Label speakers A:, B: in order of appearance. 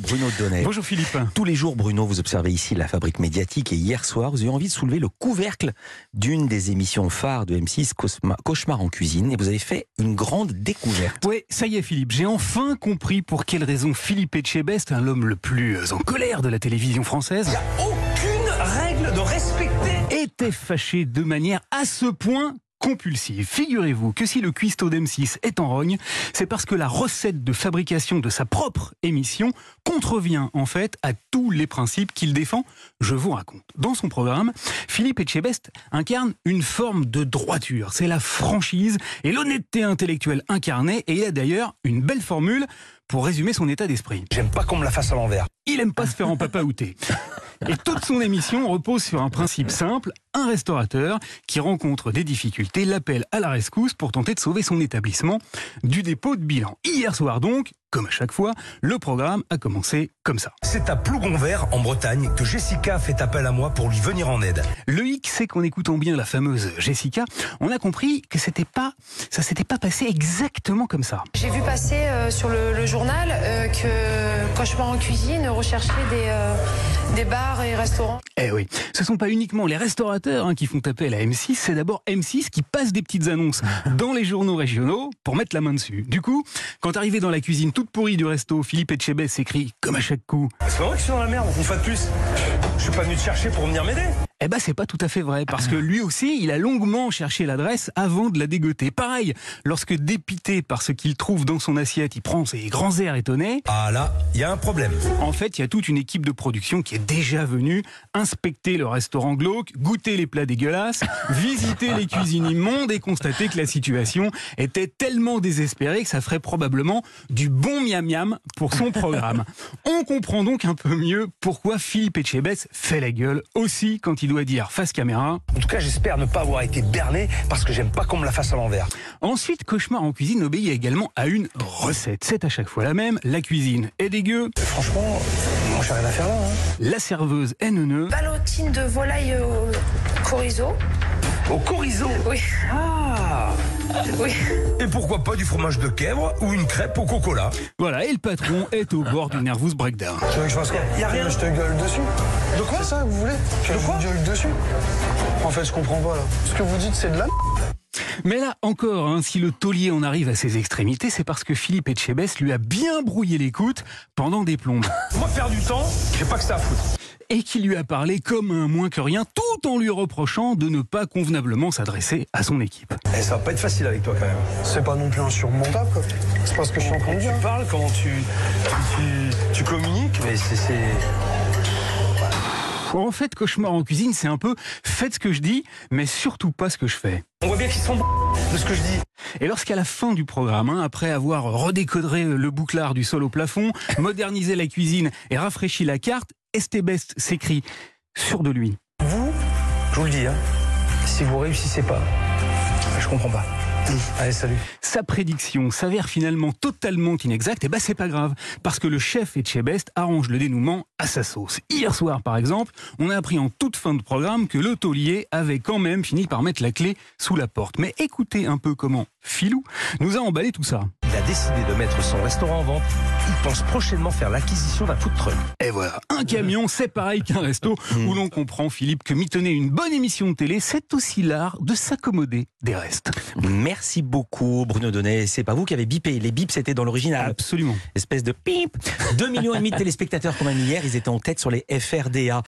A: Bruno Donnet.
B: Bonjour Philippe.
A: Tous les jours, Bruno, vous observez ici la fabrique médiatique et hier soir, vous avez envie de soulever le couvercle d'une des émissions phares de M6, Cosma- Cauchemar en cuisine, et vous avez fait une grande découverte.
B: Ouais, ça y est Philippe, j'ai enfin compris pour quelle raison Philippe Etchebest, un l'homme le plus euh, en colère de la télévision française,
C: aucune règle de respecter.
B: était fâché de manière à ce point compulsive. Figurez-vous que si le cuistot d'M6 est en rogne, c'est parce que la recette de fabrication de sa propre émission contrevient en fait à tous les principes qu'il défend, je vous raconte. Dans son programme, Philippe Etchebest incarne une forme de droiture, c'est la franchise et l'honnêteté intellectuelle incarnée et il a d'ailleurs une belle formule pour résumer son état d'esprit.
C: J'aime pas qu'on me la fasse à l'envers.
B: Il aime pas se faire en papa outé. Et toute son émission repose sur un principe simple. Un restaurateur qui rencontre des difficultés l'appelle à la rescousse pour tenter de sauver son établissement du dépôt de bilan. Hier soir donc, comme à chaque fois, le programme a commencé comme ça.
C: C'est à Plougonvert, en Bretagne, que Jessica fait appel à moi pour lui venir en aide.
B: Le hic, c'est qu'en écoutant bien la fameuse Jessica, on a compris que c'était pas, ça s'était pas passé exactement comme ça.
D: J'ai vu passer euh, sur le, le journal euh, que Cauchemar en cuisine recherchait des, euh, des bars et restaurants.
B: Eh oui, ce sont pas uniquement les restaurateurs hein, qui font appel à M6, c'est d'abord M6 qui passe des petites annonces dans les journaux régionaux pour mettre la main dessus. Du coup, quand arrivé dans la cuisine toute pourrie du resto, Philippe Etchebest s'écrit comme à chaque coup.
C: C'est pas vrai que je suis dans la merde, une fois de plus. Je suis pas venu te chercher pour venir m'aider.
B: Eh ben c'est pas tout à fait vrai parce que lui aussi, il a longuement cherché l'adresse avant de la dégoter. Pareil, lorsque dépité par ce qu'il trouve dans son assiette, il prend ses grands airs étonnés.
C: Ah là, il y a un problème.
B: En fait, il y a toute une équipe de production qui est déjà venue inspecter le restaurant glauque, goûter les plats dégueulasses, visiter les cuisines immondes et constater que la situation était tellement désespérée que ça ferait probablement du bon miam miam pour son programme. On comprend donc un peu mieux pourquoi Philippe Etchebest fait la gueule aussi quand il doit dire face caméra.
C: En tout cas, j'espère ne pas avoir été berné parce que j'aime pas qu'on me la fasse à l'envers.
B: Ensuite, Cauchemar en cuisine obéit également à une recette. C'est à chaque fois la même, la cuisine est dégueu,
C: Franchement, moi j'ai rien à faire là. hein.
B: la serveuse est neuneu.
D: Ballotine de volaille au chorizo.
C: Au chorizo.
D: Oui,
C: Ah
D: oui.
C: Et pourquoi pas du fromage de Kèvre ou une crêpe au coca-cola
B: Voilà, et le patron est au bord du nervous breakdown.
C: Tu veux que je fasse quoi Y a rien.
E: Je te gueule dessus. De quoi ça vous voulez Je
C: De quoi
E: vous gueule dessus. En fait, je comprends pas là. Ce que vous dites, c'est de la. merde.
B: Mais là encore, hein, si le taulier en arrive à ses extrémités, c'est parce que Philippe Etchebest lui a bien brouillé l'écoute pendant des plombes
C: Moi, faire du temps, j'ai pas que ça à foutre.
B: et qui lui a parlé comme un moins que rien tout en lui reprochant de ne pas convenablement s'adresser à son équipe.
C: Et Eh, ça va pas être facile avec toi quand même.
E: C'est pas non plus insurmontable quoi. C'est pas ce que je suis en train de dire.
C: Tu parles, comment tu, tu, tu- tu communiques, mais c'est- c'est.
B: En fait, cauchemar en cuisine, c'est un peu faites ce que je dis, mais surtout pas ce que je fais.
C: On voit bien qu'ils sont de ce que je dis.
B: Et lorsqu'à la fin du programme, hein, après avoir redécodré le bouclard du sol au plafond, modernisé la cuisine et rafraîchi la carte, Estébest s'écrit sûr de lui.
C: Vous, je vous le dis, hein, si vous réussissez pas, je comprends pas. Allez, salut.
B: sa prédiction s'avère finalement totalement inexacte, et bah c'est pas grave, parce que le chef Etchebest arrange le dénouement à sa sauce. Hier soir, par exemple, on a appris en toute fin de programme que le taulier avait quand même fini par mettre la clé sous la porte. Mais écoutez un peu comment Filou nous a emballé tout ça.
C: Il a décidé de mettre son restaurant en vente. Il pense prochainement faire l'acquisition d'un food truck.
B: Et voilà, un camion, c'est pareil qu'un resto, où l'on comprend, Philippe, que mitonner une bonne émission de télé, c'est aussi l'art de s'accommoder des restes.
A: Merci beaucoup, Bruno Donnet. C'est pas vous qui avez bipé. Les bips, c'était dans l'original.
B: Absolument.
A: Espèce de pip. 2 millions et demi de téléspectateurs quand même hier. Ils étaient en tête sur les FRDA.